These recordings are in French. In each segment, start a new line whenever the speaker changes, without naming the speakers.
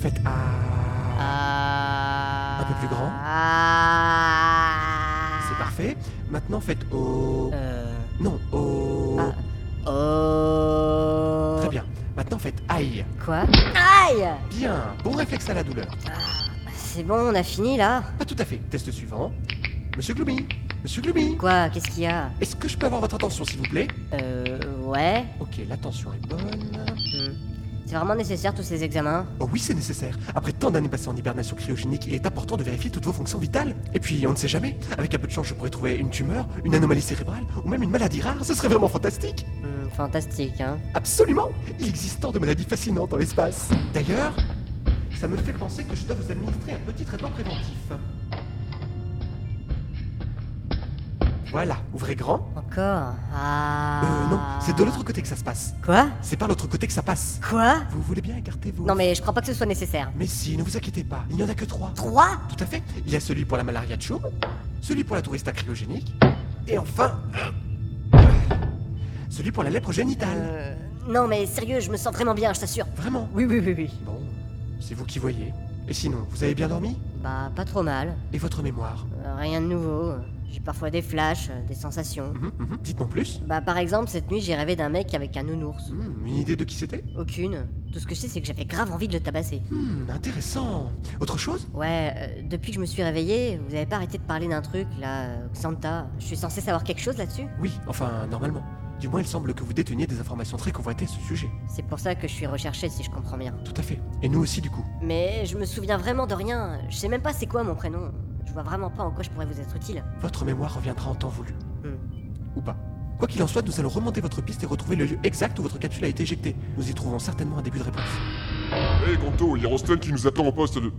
faites ah,
Ah.
Un peu plus grand.
Ah.
c'est parfait. Maintenant faites oh,
Euh.
non oh,
Ah. Oh.
très bien. Maintenant faites aïe.
Quoi Aïe
Bien, bon réflexe à la douleur.
C'est bon, on a fini là
Pas tout à fait. Test suivant. Monsieur Gloomy, Monsieur Gloomy,
Quoi Qu'est-ce qu'il y a
est-ce que je peux avoir votre attention s'il vous plaît
Euh. Ouais.
Ok, l'attention est bonne.
Hmm. C'est vraiment nécessaire tous ces examens
Oh oui, c'est nécessaire. Après tant d'années passées en hibernation cryogénique, il est important de vérifier toutes vos fonctions vitales. Et puis, on ne sait jamais. Avec un peu de chance, je pourrais trouver une tumeur, une anomalie cérébrale, ou même une maladie rare. Ce serait vraiment fantastique.
Hmm, Fantastique, hein
Absolument Il existe tant de maladies fascinantes dans l'espace. D'ailleurs, ça me fait penser que je dois vous administrer un petit traitement préventif. Voilà, ouvrez grand.
Encore
Euh,
Ah.
non, c'est de l'autre côté que ça se passe.
Quoi
C'est par l'autre côté que ça passe.
Quoi
Vous voulez bien écarter vos...
Non mais je crois pas que ce soit nécessaire.
Mais si, ne vous inquiétez pas, il n'y en a que trois.
Trois
Tout à fait. Il y a celui pour la malaria de Choum, celui pour la tourista cryogénique, et enfin... euh, Celui pour la lèpre génitale.
Euh, Non mais sérieux, je me sens vraiment bien, je t'assure.
Vraiment
Oui, oui, oui, oui.
Bon, c'est vous qui voyez. Et sinon, vous avez bien dormi
Bah, pas trop mal.
Et votre mémoire
Euh, rien de nouveau. J'ai parfois des flashs, euh, des sensations.
Mhm, mhm. Dites-moi plus.
Bah, par exemple, cette nuit, j'ai rêvé d'un mec avec un nounours.
Hmm, une idée de qui c'était
Aucune. Tout ce que je sais, c'est que j'avais grave envie de le tabasser.
Hmm, Intéressant. Autre chose
Ouais, euh, depuis que je me suis réveillée, vous avez pas arrêté de parler d'un truc, là, euh, Xanta. Je suis censé savoir quelque chose là-dessus
Oui, enfin, normalement. Du moins, il semble que vous déteniez des informations très convoitées à ce sujet.
C'est pour ça que je suis recherché, si je comprends bien.
Tout à fait. Et nous aussi, du coup.
Mais je me souviens vraiment de rien. Je sais même pas c'est quoi mon prénom. Je vois vraiment pas en quoi je pourrais vous être utile.
Votre mémoire reviendra en temps voulu.
Hmm.
Ou pas. Quoi qu'il en soit, nous allons remonter votre piste et retrouver le lieu exact où votre capsule a été éjectée. Nous y trouvons certainement un début de réponse.
Hey Gonto, il y a Rosten qui nous attend en poste de.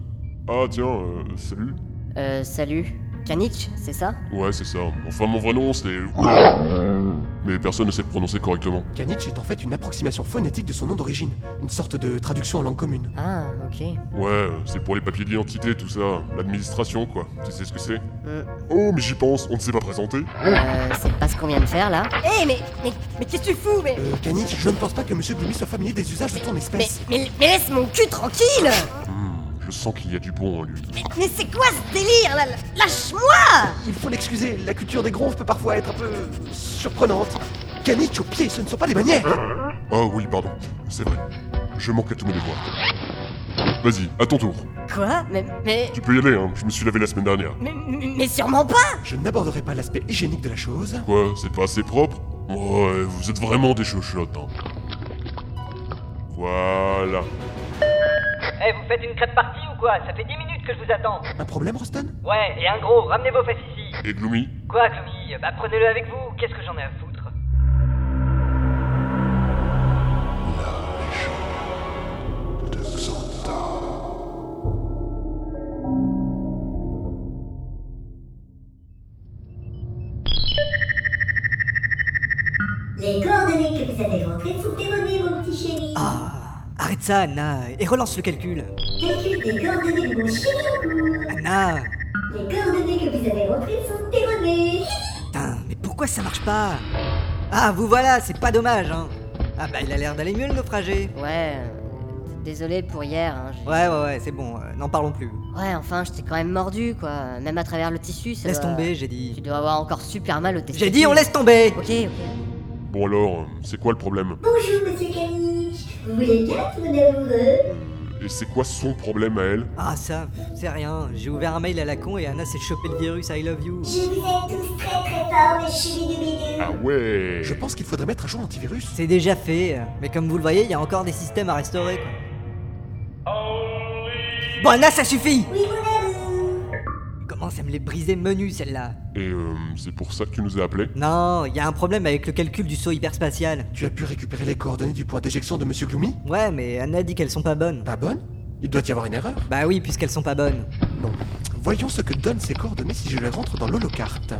Ah tiens, euh, salut.
Euh, salut. Kanich, c'est ça
Ouais, c'est ça. Enfin, mon vrai nom, c'est. Mais personne ne sait le prononcer correctement.
Kanich est en fait une approximation phonétique de son nom d'origine, une sorte de traduction en langue commune.
Ah, ok.
Ouais, euh, c'est pour les papiers d'identité, tout ça. L'administration, quoi. Tu sais ce que c'est
Hmm.
Oh, mais j'y pense, on ne s'est pas présenté.
Euh, c'est pas ce qu'on vient de faire là. Eh, mais, mais, mais qu'est-ce que tu fous mais,
Euh, Kanich, je ne pense pas que Monsieur Gloomy soit familier des usages de ton
mais,
espèce.
mais, mais laisse mon cul tranquille
Hmm, je sens qu'il y a du bon en lui.
Mais, mais c'est quoi ce délire là Lâche-moi
Il faut l'excuser, la culture des gronves peut parfois être un peu surprenante. Kanich au pied, ce ne sont pas des manières.
Oh oui, pardon, c'est vrai. Je manque à tous mes devoirs. Vas-y, à ton tour.
Quoi mais, mais,
Tu peux y aller, hein. Je me suis lavé la semaine dernière.
mais, mais- mais sûrement pas
Je n'aborderai pas l'aspect hygiénique de la chose.
Quoi, c'est pas assez propre Ouais, vous êtes vraiment des chochottes, hein. Voilà.
Eh, vous faites une crête partie ou quoi Ça fait 10 minutes que je vous attends.
Un problème, Roston
Ouais, et un gros, ramenez vos fesses ici.
Et Gloomy
Quoi, Gloomy Bah, prenez-le avec vous. Qu'est-ce que j'en ai à foutre
Les coordonnées que vous avez rentrées sont erronées, mon petit chéri.
Ah, arrête ça, Anna, et relance le calcul.
Calcul des coordonnées de mon chéri en cours.
Anna,
Les coordonnées que vous avez rentrées sont erronées.
putain, mais pourquoi ça marche pas Ah, vous voilà, c'est pas dommage, hein. Ah bah, il a l'air d'aller mieux le naufragé.
Ouais, euh, désolé pour hier. Hein, j'ai-
Ouais, ouais, ouais, c'est bon, euh, n'en parlons plus.
ouais, enfin, je t'ai quand même mordu quoi. Même à travers le tissu, ça.
Laisse
doit-
tomber, j'ai
Tu
dit.
dois avoir encore super mal au testicule.
J'ai dit, on laisse tomber
Ok, ok.
Bon alors, euh, c'est quoi le problème
Bonjour, monsieur Caniche. Vous voulez bien tourner amoureux
Et c'est quoi son problème à elle
Ah, ça, c'est rien, j'ai ouvert un mail à la con et Anna s'est chopé le virus I love you.
Je vous aime tous très très fort, mes chéris de béneux.
Ah ouais
Je pense qu'il faudrait mettre à jour l'antivirus.
C'est déjà fait, euh, mais comme vous le voyez, il y a encore des systèmes à restaurer, quoi. Bon, Anna, ça suffit
Oui, mon ami.
Commence à me les briser menu, celle-là.
Et euh, c'est pour ça que tu nous as appelés
Non, il y a un problème avec le calcul du saut hyperspatial.
Tu as pu récupérer les coordonnées du point d'éjection de Monsieur Gloomy
Ouais, mais Anna dit qu'elles sont pas bonnes.
Pas bonne Il doit y avoir une erreur.
Bah oui, puisqu'elles sont pas bonnes.
Non. Voyons ce que donnent ces coordonnées si je les rentre dans l'holocarte.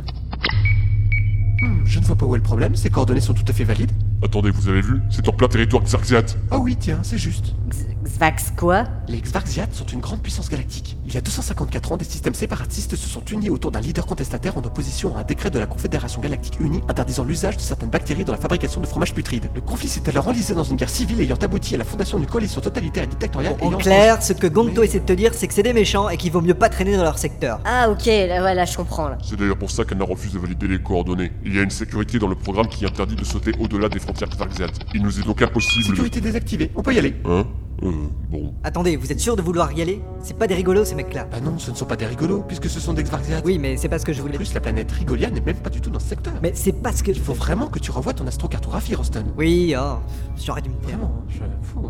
Hmm, je ne vois pas où est le problème, ces coordonnées sont tout à fait valides.
Attendez, vous avez vu C'est en plein territoire de Xarxiat
Ah oui, tiens, c'est juste.
X- Svax quoi
Les Xvarxiates sont une grande puissance galactique. Il y a 254 ans, des systèmes séparatistes se sont unis autour d'un leader contestataire en opposition à un décret de la Confédération Galactique Unie interdisant l'usage de certaines bactéries dans la fabrication de fromage putride. Le conflit s'est alors enlisé dans une guerre civile ayant abouti à la fondation d'une coalition totalitaire et dictatoriale
En
ayant-
clair, ce que Gongto essaie de te dire, c'est que c'est des méchants et qu'il vaut mieux pas traîner dans leur secteur.
Ah ok, là, ouais, là je comprends là.
C'est d'ailleurs pour ça qu'Anna refuse de valider les coordonnées. Il y a une sécurité dans le programme qui interdit de sauter au-delà des frontières Xvarxiates. Il nous est donc impossible de...
Sécurité désactivée, on peut y aller.
Hein Euh, bon...
Attendez, vous êtes sûr de vouloir y aller C'est pas des rigolos ces mecs-là.
Bah non, ce ne sont pas des rigolos, puisque ce sont des Xvarxiates.
Oui, mais c'est pas ce que je
En
voulais.
plus, la planète Rigolia n'est même pas du tout dans ce secteur.
Mais c'est pas ce que.
Il faut vraiment que tu renvoies ton astrocartographie, Roston.
Oui, oh, j'aurais dû me taire.
Vraiment, je... hein. Fou.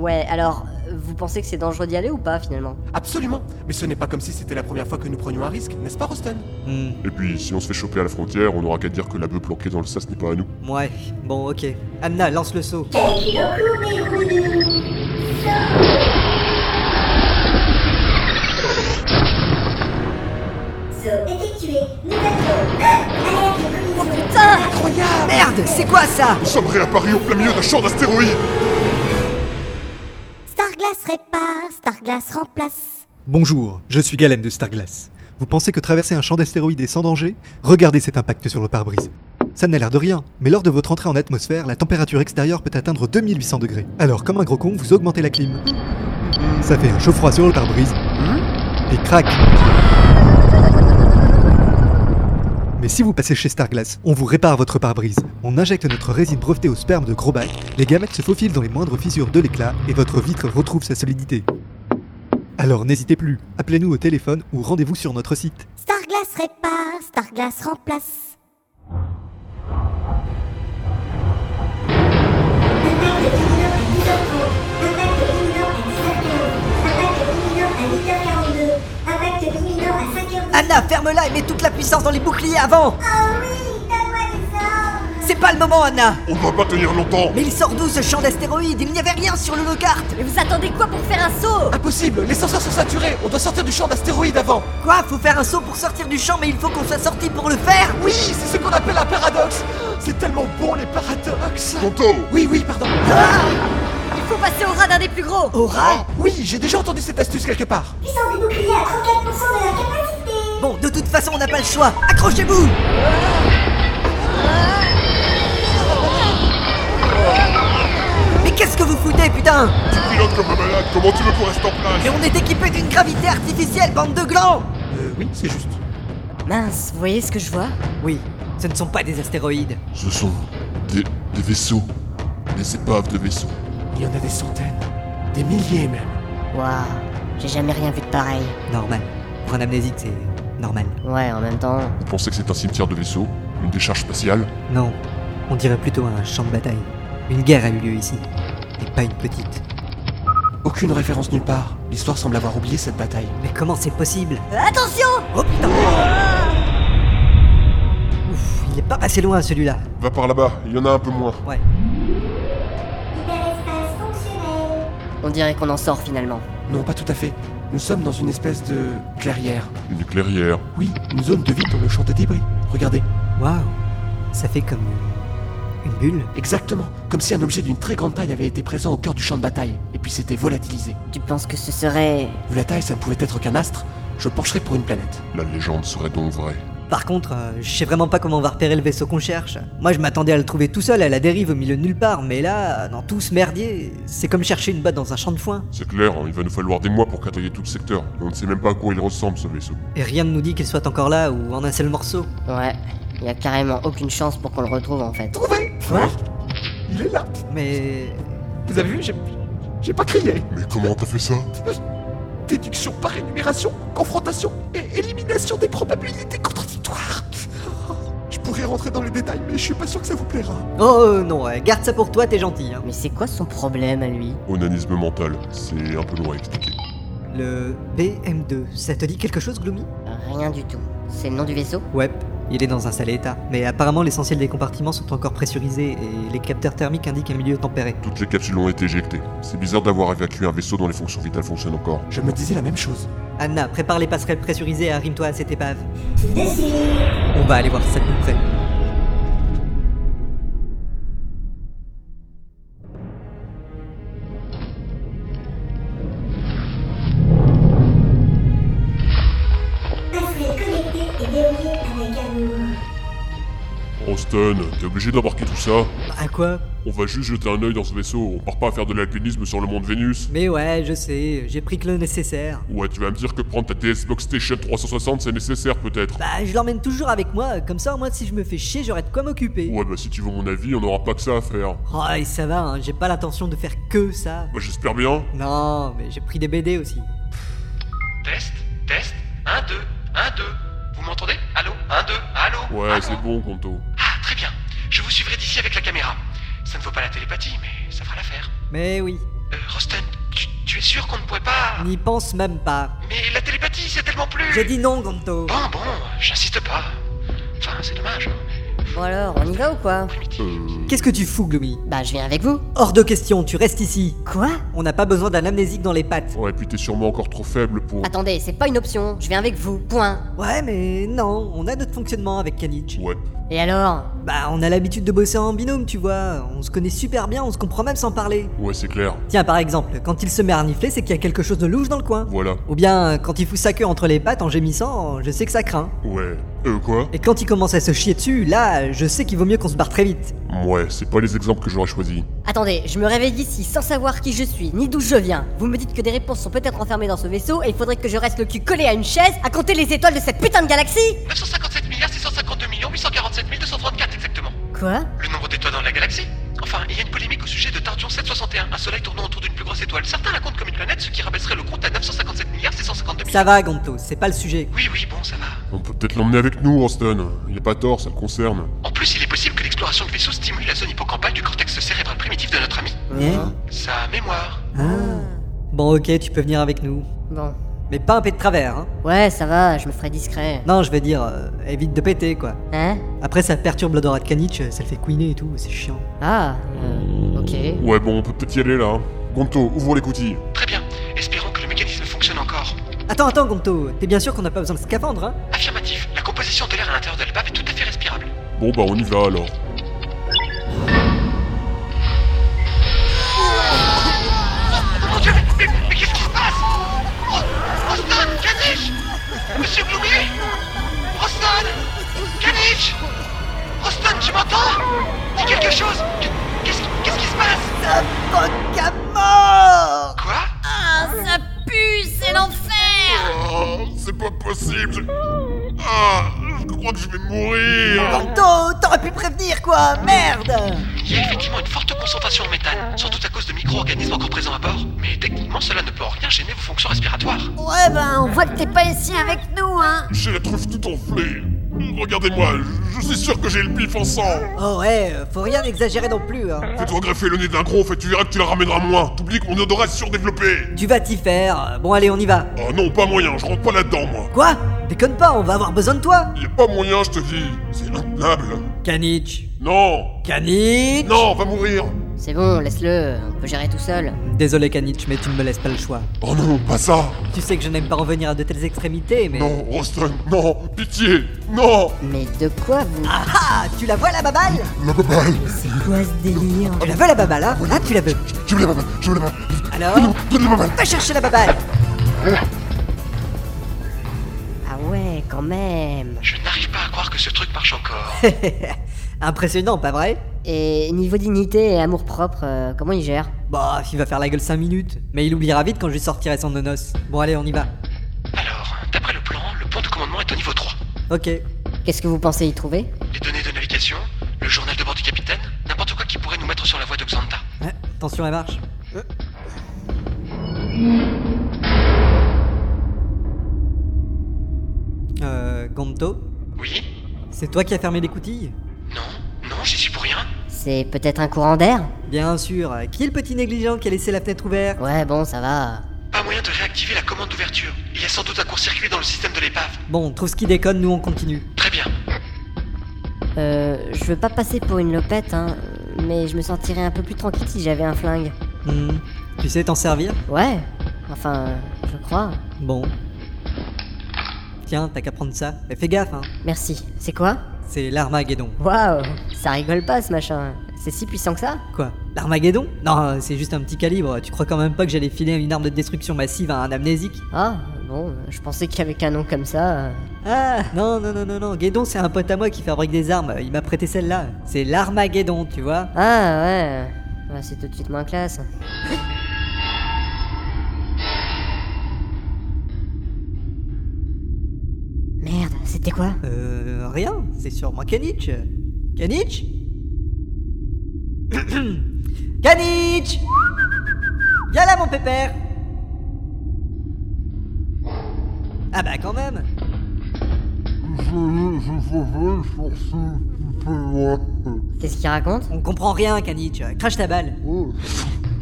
Ouais, alors, euh, vous pensez que c'est dangereux d'y aller ou pas finalement
Absolument Mais ce n'est pas comme si c'était la première fois que nous prenions un risque, n'est-ce pas, Roston
Hmm,
Et puis, si on se fait choper à la frontière, on n'aura qu'à dire que la bœuf planquée dans le sas n'est pas à nous.
ouais, bon, ok. Anna, lance le saut.
Kaikiroku Merudu. Saut effectué. Nous avions. Alerte collision.
Incroyable Merde, c'est quoi ça
Nous sommes réapparus au plein milieu d'un champ d'astéroïdes
Starglass répare, Starglass remplace.
Bonjour, je suis Galen de Starglass. Vous pensez que traverser un champ d'astéroïdes est sans danger Regardez cet impact sur le pare-brise. Ça n'a l'air de rien, mais lors de votre entrée en atmosphère, la température extérieure peut atteindre 2800 degrés. Alors, comme un gros con, vous augmentez la clim. Ça fait un chaud-froid sur le pare-brise. Et crac Mais si vous passez chez Starglass, on vous répare votre pare-brise. On injecte notre résine brevetée au sperme de gros bac, les gamètes se faufilent dans les moindres fissures de l'éclat et votre vitre retrouve sa solidité. Alors n'hésitez plus, appelez-nous au téléphone ou rendez-vous sur notre site.
Starglass répare, Starglass remplace. Impact imminent à 10h30. Impact imminent à 10h15. Impact imminent à 8h42. Impact imminent à 5h10.
Anna, ferme-la et mets toute la puissance dans les boucliers avant
Oh oui, donne-moi les armes.
C'est pas le moment, Anna
On ne va pas tenir longtemps
Mais il sort d'où ce champ d'astéroïdes Il n'y avait rien sur le locarte
Mais vous attendez quoi pour faire un saut
Impossible Les senseurs sont saturés On doit sortir du champ d'astéroïdes avant
Quoi Faut faire un saut pour sortir du champ, mais il faut qu'on soit sorti pour le faire
Oui, c'est ce qu'on appelle un paradoxe C'est tellement bon, les paradoxes
Tonto
Oui, oui, pardon
Il faut passer au radar des plus gros
Aura
Oui, j'ai déjà entendu cette astuce quelque part
Puissance des boucliers à 34% de la capacité.
Bon, de toute façon, on n'a pas le choix Accrochez-vous Mais qu'est-ce que vous foutez, putain
Tu pilotes comme un malade, comment tu veux qu'on reste en
Et
place
on est équipé d'une gravité artificielle, bande de glands
Euh, oui, c'est juste.
Mince, vous voyez ce que je vois
Oui, ce ne sont pas des astéroïdes.
Ce sont des, des vaisseaux, des épaves de vaisseaux.
Il y en a des centaines. Des milliers même.
Waouh, j'ai jamais rien vu de pareil.
Normal. Pour un amnésique, c'est normal.
Ouais, en même temps.
Vous pensez que c'est un cimetière de vaisseaux Une décharge spatiale
Non, on dirait plutôt un champ de bataille. Une guerre a eu lieu ici, et pas une petite.
Aucune référence nulle part. L'histoire semble avoir oublié cette bataille.
Mais comment c'est possible
Attention
Oh putain Ouf, il est pas passé loin celui-là.
Va par là-bas, il y en a un peu moins.
Ouais.
Hyperespace fonctionnel.
On dirait qu'on en sort finalement.
Non, pas tout à fait. Nous sommes dans une espèce de clairière.
Une clairière.
Oui, une zone de vide dans le champ de débris. Regardez.
Waouh Ça fait comme. une bulle
Exactement. Comme si un objet d'une très grande taille avait été présent au cœur du champ de bataille. Et puis s'était volatilisé.
Tu penses que ce serait.
Vu la taille, ça ne pouvait être qu'un astre. Je pencherais pour une planète.
La légende serait donc vraie.
Par contre, euh, je sais vraiment pas comment on va repérer le vaisseau qu'on cherche. Moi, je m'attendais à le trouver tout seul à la dérive au milieu de nulle part, mais là, dans tout ce merdier, c'est comme chercher une botte dans un champ de foin.
C'est clair, hein, il va nous falloir des mois pour quadriller tout le secteur. Et on ne sait même pas à quoi il ressemble ce vaisseau.
Et rien ne nous dit qu'il soit encore là ou en un seul morceau.
Ouais, il y a carrément aucune chance pour qu'on le retrouve en fait.
Trouvé Hein Il est là
Mais.
Vous avez vu J'ai. J'ai pas crié
Mais comment t'as fait ça
Déduction par énumération, confrontation et élimination des probabilités contradictoires. Je pourrais rentrer dans les détails, mais je suis pas sûr que ça vous plaira.
Oh non, euh, garde ça pour toi, t'es gentil. Hein.
Mais c'est quoi son problème à lui
Onanisme mental, c'est un peu loin à expliquer.
Le BM2, ça te dit quelque chose, Gloomy
Rien du tout. C'est le nom du vaisseau
Ouais, il est dans un sale état. Mais apparemment, l'essentiel des compartiments sont encore pressurisés et les capteurs thermiques indiquent un milieu tempéré.
Toutes les capsules ont été éjectées. C'est bizarre d'avoir évacué un vaisseau dont les fonctions vitales fonctionnent encore.
Je me disais la même chose.
Anna, prépare les passerelles pressurisées et arrime-toi à cette épave.
De suite.
On va aller voir ça de plus près.
Winston, t'es obligé d'embarquer tout ça
À quoi
On va juste jeter un œil dans ce vaisseau, on part pas à faire de l'alpinisme sur le monde Vénus.
Mais ouais, je sais, j'ai pris que le nécessaire.
Ouais, tu vas me dire que prendre ta DS Box Station 360 c'est nécessaire peut-être.
Bah, je l'emmène toujours avec moi, comme ça au moins si je me fais chier, j'aurai de quoi m'occuper.
Ouais, bah si tu veux mon avis, on aura pas que ça à faire.
Oh, et ça va, hein, j'ai pas l'intention de faire que ça.
Bah j'espère bien.
Non, mais j'ai pris des BD aussi.
Test, test, 1, 2, 1, 2. Vous m'entendez Allô 1, 2, allô
Ouais,
allô
c'est bon, Conto.
Ah, très bien. Je vous suivrai d'ici avec la caméra. Ça ne vaut pas la télépathie, mais ça fera l'affaire.
Mais oui,
Euh, Rosten, tu, tu es sûr qu'on ne pourrait pas...
n'y pense même pas.
Mais la télépathie, c'est tellement plus...
J'ai dit non, Gonto.
Bon, bon, j'insiste pas. Enfin, c'est dommage. hein.
Bon alors, on y va ou quoi
Primitif.
Euh...
Qu'est-ce que tu fous, Gloomy
Bah, je viens avec vous.
Hors de question, tu restes ici.
Quoi
On n'a pas besoin d'un amnésique dans les pattes.
Ouais, puis t'es sûrement encore trop faible pour...
Attendez, c'est pas une option, je viens avec vous, point.
Ouais, mais non, on a notre fonctionnement avec Kanich.
Ouais.
Et alors
Bah, on a l'habitude de bosser en binôme, tu vois. On se connaît super bien, on se comprend même sans parler.
Ouais, c'est clair.
Tiens, par exemple, quand il se met à renifler, c'est qu'il y a quelque chose de louche dans le coin.
Voilà.
Ou bien, quand il fout sa queue entre les pattes en gémissant, je sais que ça craint.
Ouais. Euh, quoi
Et quand il commence à se chier dessus, là, je sais qu'il vaut mieux qu'on se barre très vite.
Ouais, c'est pas les exemples que j'aurais choisis.
Attendez, je me réveille d'ici sans savoir qui je suis, ni d'où je viens. Vous me dites que des réponses sont peut-être enfermées dans ce vaisseau et il faudrait que je reste le cul collé à une chaise à compter les étoiles de cette putain de galaxie
957 652 847 234 exactement.
Quoi
Le nombre d'étoiles dans la galaxie Enfin, il y a une polémique au sujet de Tardion 761, un soleil tournant autour d'une plus grosse étoile. Certains la comptent comme une planète, ce qui rabaisserait le compte à 957 652 000.
Ça va, Gonto, c'est pas le sujet.
Oui, oui, bon, ça va.
On peut peut-être l'emmener avec nous, Austin. Il est pas tort, ça le concerne.
En plus, il est possible que l'exploration du vaisseau stimule la zone hippocampale du cortex cérébral primitif de notre ami.
Hein Ah.
Sa mémoire.
Bon, ok, tu peux venir avec nous.
Bon.
Mais pas un pet de travers, hein.
Ouais, ça va, je me ferai discret.
Non, je veux dire, euh, évite de péter, quoi.
Hein
Après, ça perturbe l'odorat de Kanich, euh, ça le fait couiner et tout, c'est chiant.
Ah, euh, ok.
Ouais, bon, on peut peut-être y aller, là. Gonto, ouvre les coutilles.
Très bien. Espérons que le mécanisme fonctionne encore.
Attends, attends, Gonto, t'es bien sûr qu'on n'a pas besoin de scaphandre, hein
Affirmatif. La composition de l'air à l'intérieur de l'épave est tout à fait respirable.
Bon, bah, on y va, alors.
Mon Dieu, mais, mais qu'est-ce qui se passe Ro- Rostan, Kanich Monsieur Gloomy Rostan Kanich Rostan, tu m'entends Dis quelque chose Qu- Qu'est-ce qu'est-ce qui se passe Quoi
Ah, ça pue, c'est l'enfer
Oh, c'est pas possible. Ah, je crois que je vais mourir.
Gonto, t'aurais pu prévenir, quoi Merde
Il y a effectivement une forte concentration en méthane, sans doute à cause de micro-organismes encore présents à bord. Mais techniquement, cela ne peut en rien gêner vos fonctions respiratoires.
Ouais, ben, on voit que t'es pas ici avec nous, hein
J'ai la truffe tout enflée. Regardez-moi, je suis sûr que j'ai le pif en sang.
Oh ouais, euh, faut rien exagérer non plus, hein.
Fais-toi greffer le nez d'un gros, fait tu verras que tu la ramèneras moins. T'oublies que mon odorat est surdéveloppé.
Tu vas t'y faire, bon allez, on y va.
Oh non, pas moyen, je rentre pas là-dedans, moi.
Quoi Déconne pas, on va avoir besoin de toi
Y a pas moyen, je te dis. C'est intenable.
Kanich
Non,
Kanich
non, va mourir.
C'est bon, laisse-le, on peut gérer tout seul.
Désolé Kanich, mais tu ne me laisses pas le choix.
Oh non, pas ça.
Tu sais que je n'aime pas en venir à de telles extrémités, mais...
Non, Roston, non, pitié, non.
Mais de quoi vous
Ah ah Tu la vois la baballe
La baballe,
Quoi ce délire
Tu la veux la baballe, hein Ah, tu la veux
je veux la baballe, je veux la baballe.
Alors
Donne la baballe.
Va chercher la baballe
Ah ouais, quand même.
Je n'arrive pas à croire que ce truc marche encore.
Impressionnant, pas vrai
Et niveau dignité et amour propre, euh, comment il gère
Bah, il va faire la gueule 5 minutes, mais il oubliera vite quand je lui sortirai son nonos. Bon allez, on y va.
Alors, d'après le plan, le point de commandement est au niveau 3.
Ok.
Qu'est-ce que vous pensez y trouver
Les données de navigation, le journal de bord du capitaine, n'importe quoi qui pourrait nous mettre sur la voie de Xanta.
Ouais, Attention, elle marche. Euh, Gonto
Oui
C'est toi qui as fermé les coutilles
Non Non, j'y suis pour rien
C'est peut-être un courant d'air
Bien sûr. Qui est le petit négligent qui a laissé la fenêtre ouverte
Ouais, bon, ça va.
Pas moyen de réactiver la commande d'ouverture. Il y a sans doute un court-circuit dans le système de l'épave.
Bon, trouve ce qui déconne, nous on continue.
Très bien.
Euh, je veux pas passer pour une lopette, hein, mais je me sentirais un peu plus tranquille si j'avais un flingue.
Hmm, Tu sais t'en servir
Ouais, enfin, euh, je crois.
Bon. Tiens, t'as qu'à prendre ça. Mais fais gaffe, hein.
Merci. C'est quoi
C'est l'Armageddon.
Waouh, ça rigole pas ce machin. C'est si puissant que ça
Quoi L'Armageddon Non, c'est juste un petit calibre. Tu crois quand même pas que j'allais filer une arme de destruction massive à un amnésique
Ah, Bon, je pensais qu'avec un nom comme ça. euh,
Ah, non, non, non, non, non. Guédon, c'est un pote à moi qui fabrique des armes. Il m'a prêté celle-là. C'est l'Armageddon, tu vois.
Ah ouais, Ouais, c'est tout de suite moins classe. Merde, c'était quoi
Euh, rien. C'est sûrement Kanich. Kanich Kanich Viens là, mon pépère Ah bah quand même
Qu'est-ce qu'il raconte
On comprend rien, Kanich. Crache ta balle.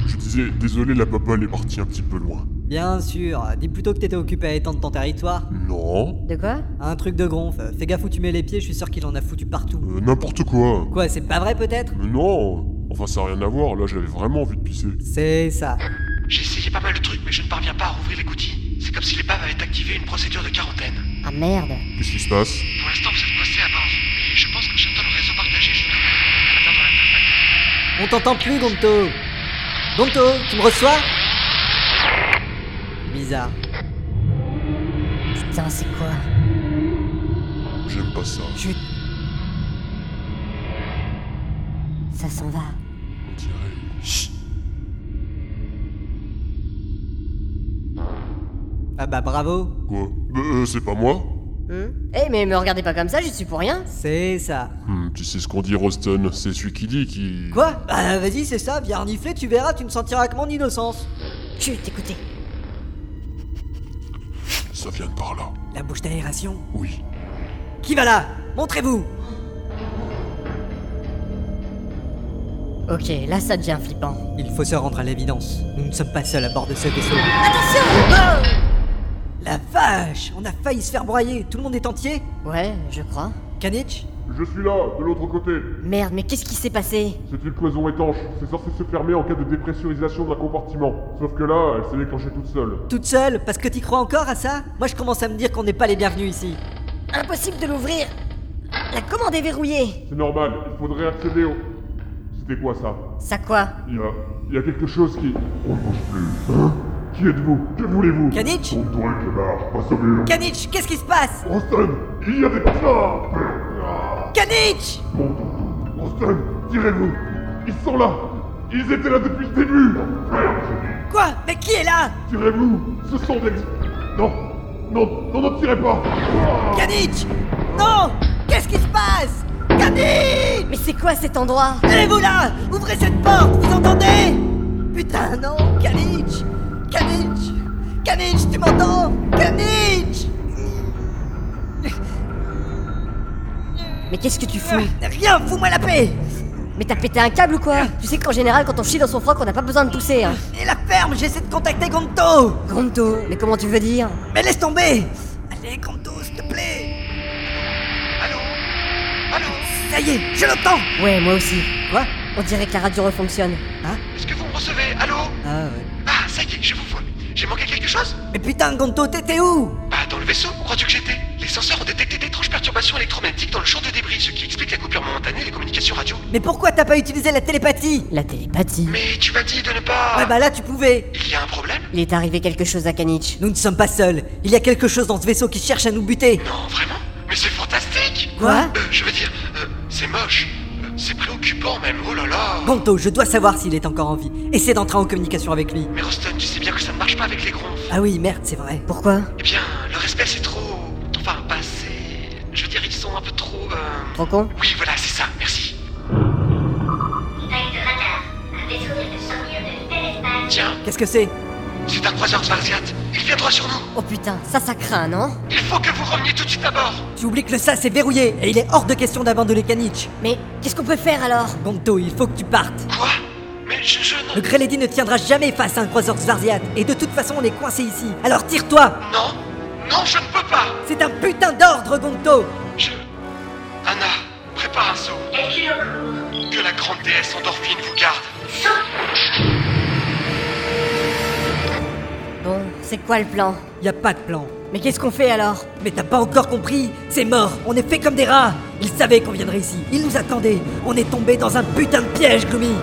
Je disais, désolé, la papa, elle est partie un petit peu loin.
Bien sûr. Dis plutôt que t'étais occupé à étendre ton territoire.
Non
De quoi
Un truc de gonf. Fais gaffe où tu mets les pieds, je suis sûr qu'il en a foutu partout.
Euh, N'importe quoi
Quoi, c'est pas vrai peut-être
Mais non Enfin, ça n'a rien à voir, là, j'avais vraiment envie de pisser.
C'est ça.
J'ai essayé pas mal de trucs, mais je ne parviens pas à rouvrir les coutilles. C'est comme si les babes avaient activé une procédure de quarantaine.
Ah merde
Qu'est-ce qui se passe
Pour l'instant, vous êtes coincés à bord, mais je pense que j'attends le réseau partagé jusqu'au bout. Attendre l'interface.
On t'entend plus, Gonto. Gonto, tu me reçois Bizarre.
Putain, c'est quoi
J'aime pas ça.
Chut Ça s'en va.
On dirait. Chut
Ah bah bravo.
Quoi Bah, euh, c'est pas moi
Hum Eh, mais me regardez pas comme ça, j'y suis pour rien
C'est ça.
Hmm, Tu sais ce qu'on dit, Roston C'est celui qui dit qui.
Quoi Bah vas-y, c'est ça, viens renifler, tu verras, tu ne sentiras que mon innocence.
Chut, écoutez
Ça vient de par là.
La bouche d'aération.
Oui.
Qui va là Montrez-vous
Ok, là ça devient flippant.
Il faut se rendre à l'évidence. Nous ne sommes pas seuls à bord de ce vaisseau.
Attention
La vache On a failli se faire broyer. Tout le monde est entier
Oh Ouais, je crois.
Kanich
Je suis là, de l'autre côté.
Merde, mais qu'est-ce qui s'est passé
C'est une cloison étanche. C'est censé se fermer en cas de dépressurisation d'un compartiment. Sauf que là, elle s'est déclenchée toute seule.
Toute seule Parce que t'y crois encore à ça Moi je commence à me dire qu'on n'est pas les bienvenus ici.
Impossible de l'ouvrir La commande est verrouillée
C'est normal, il faudrait accéder au. C'était quoi ça
Ça quoi
Il y a. Il y a quelque chose qui. On ne bouge plus. Hein Qui êtes-vous Que voulez-vous
Kanich
Tourne-toi le clébard, passe au mur.
Kanich, qu'est-ce qui se passe
Roston, il y a des Ah
Kanich
Roston, tirez-vous Ils sont là Ils étaient là depuis le début
Quoi Mais qui est là
Tirez-vous Ce sont des... Non Non Non, ne tirez pas
Kanich Non Qu'est-ce qui se passe Kanich
Mais c'est quoi cet endroit
Tenez-vous là Ouvrez cette porte, vous entendez Putain, non Kanich Kanich Kanich, tu m'entends Kanich
Mais qu'est-ce que tu fous
Rien, fous-moi la paix
Mais t'as pété un câble ou quoi Tu sais qu'en général, quand on chie dans son froc, on n'a pas besoin de pousser, hein.
Et la ferme, j'essaie de contacter Gonto
Gonto, mais comment tu veux dire
Mais laisse tomber Allez, Gonto, s'il te plaît
Allô Allô
Ça y est, je l'entends
Ouais, moi aussi.
Quoi
On dirait que la radio refonctionne.
Est-ce que vous me recevez Allô
Ah ouais.
Ah, ça y est, je vous vois. J'ai manqué quelque chose
Mais putain, Gonto, t'étais où
Bah, dans le vaisseau, où crois-tu que j'étais Les senseurs ont détecté d'étranges perturbations électromagnétiques dans le champ de débris, ce qui explique la coupure momentanée des communications radio.
Mais pourquoi t'as pas utilisé la télépathie
La télépathie.
Mais tu m'as dit de ne pas.
Ouais, bah là, tu pouvais
Il y a un problème
Il est arrivé quelque chose à Kanich.
Nous ne sommes pas seuls. Il y a quelque chose dans ce vaisseau qui cherche à nous buter.
Non, vraiment Mais c'est fantastique
Quoi
Euh, Je veux dire, euh, c'est moche. Euh, c'est préoccupant même, oh là là
Gonto, je dois savoir s'il est encore en vie. Essaie d'entrer en communication avec lui.
Mais Roston, tu sais bien que ça ne marche pas avec les gronfs.
Ah oui, merde, c'est vrai.
Pourquoi
Eh bien, le respect c'est trop. Enfin, pas assez. Je veux dire, ils sont un peu trop. euh,
Trop con
Oui, voilà, c'est ça, merci.
Taille de radar. Un vaisseau vient de sortir de l'hyperespace.
Tiens,
Qu'est-ce que c'est
c'est un croiseur Svarziat. Il vient droit sur nous.
Oh putain, ça ça craint, non
Il faut que vous reveniez tout de suite à bord.
Tu oublies que le sas est verrouillé et il est hors de question d'abandonner Kanich.
Mais qu'est-ce qu'on peut faire alors
Gonto, il faut que tu partes.
Quoi Mais je. je non.
Le Grelady ne tiendra jamais face à un croiseur Svarziat. Et de toute façon, on est coincé ici. Alors tire-toi
Non Non, je ne peux pas
C'est un putain d'ordre, Gonto
Je. Anna, prépare un saut.
Calcul au cours.
Que la grande déesse endorphine vous garde.
Bon, c'est quoi le plan
Y a pas de plan.
Mais qu'est-ce qu'on fait alors
Mais t'as pas encore compris C'est mort On est fait comme des rats Ils savaient qu'on viendrait ici, ils nous attendaient On est tombé dans un putain de piège, Gloomy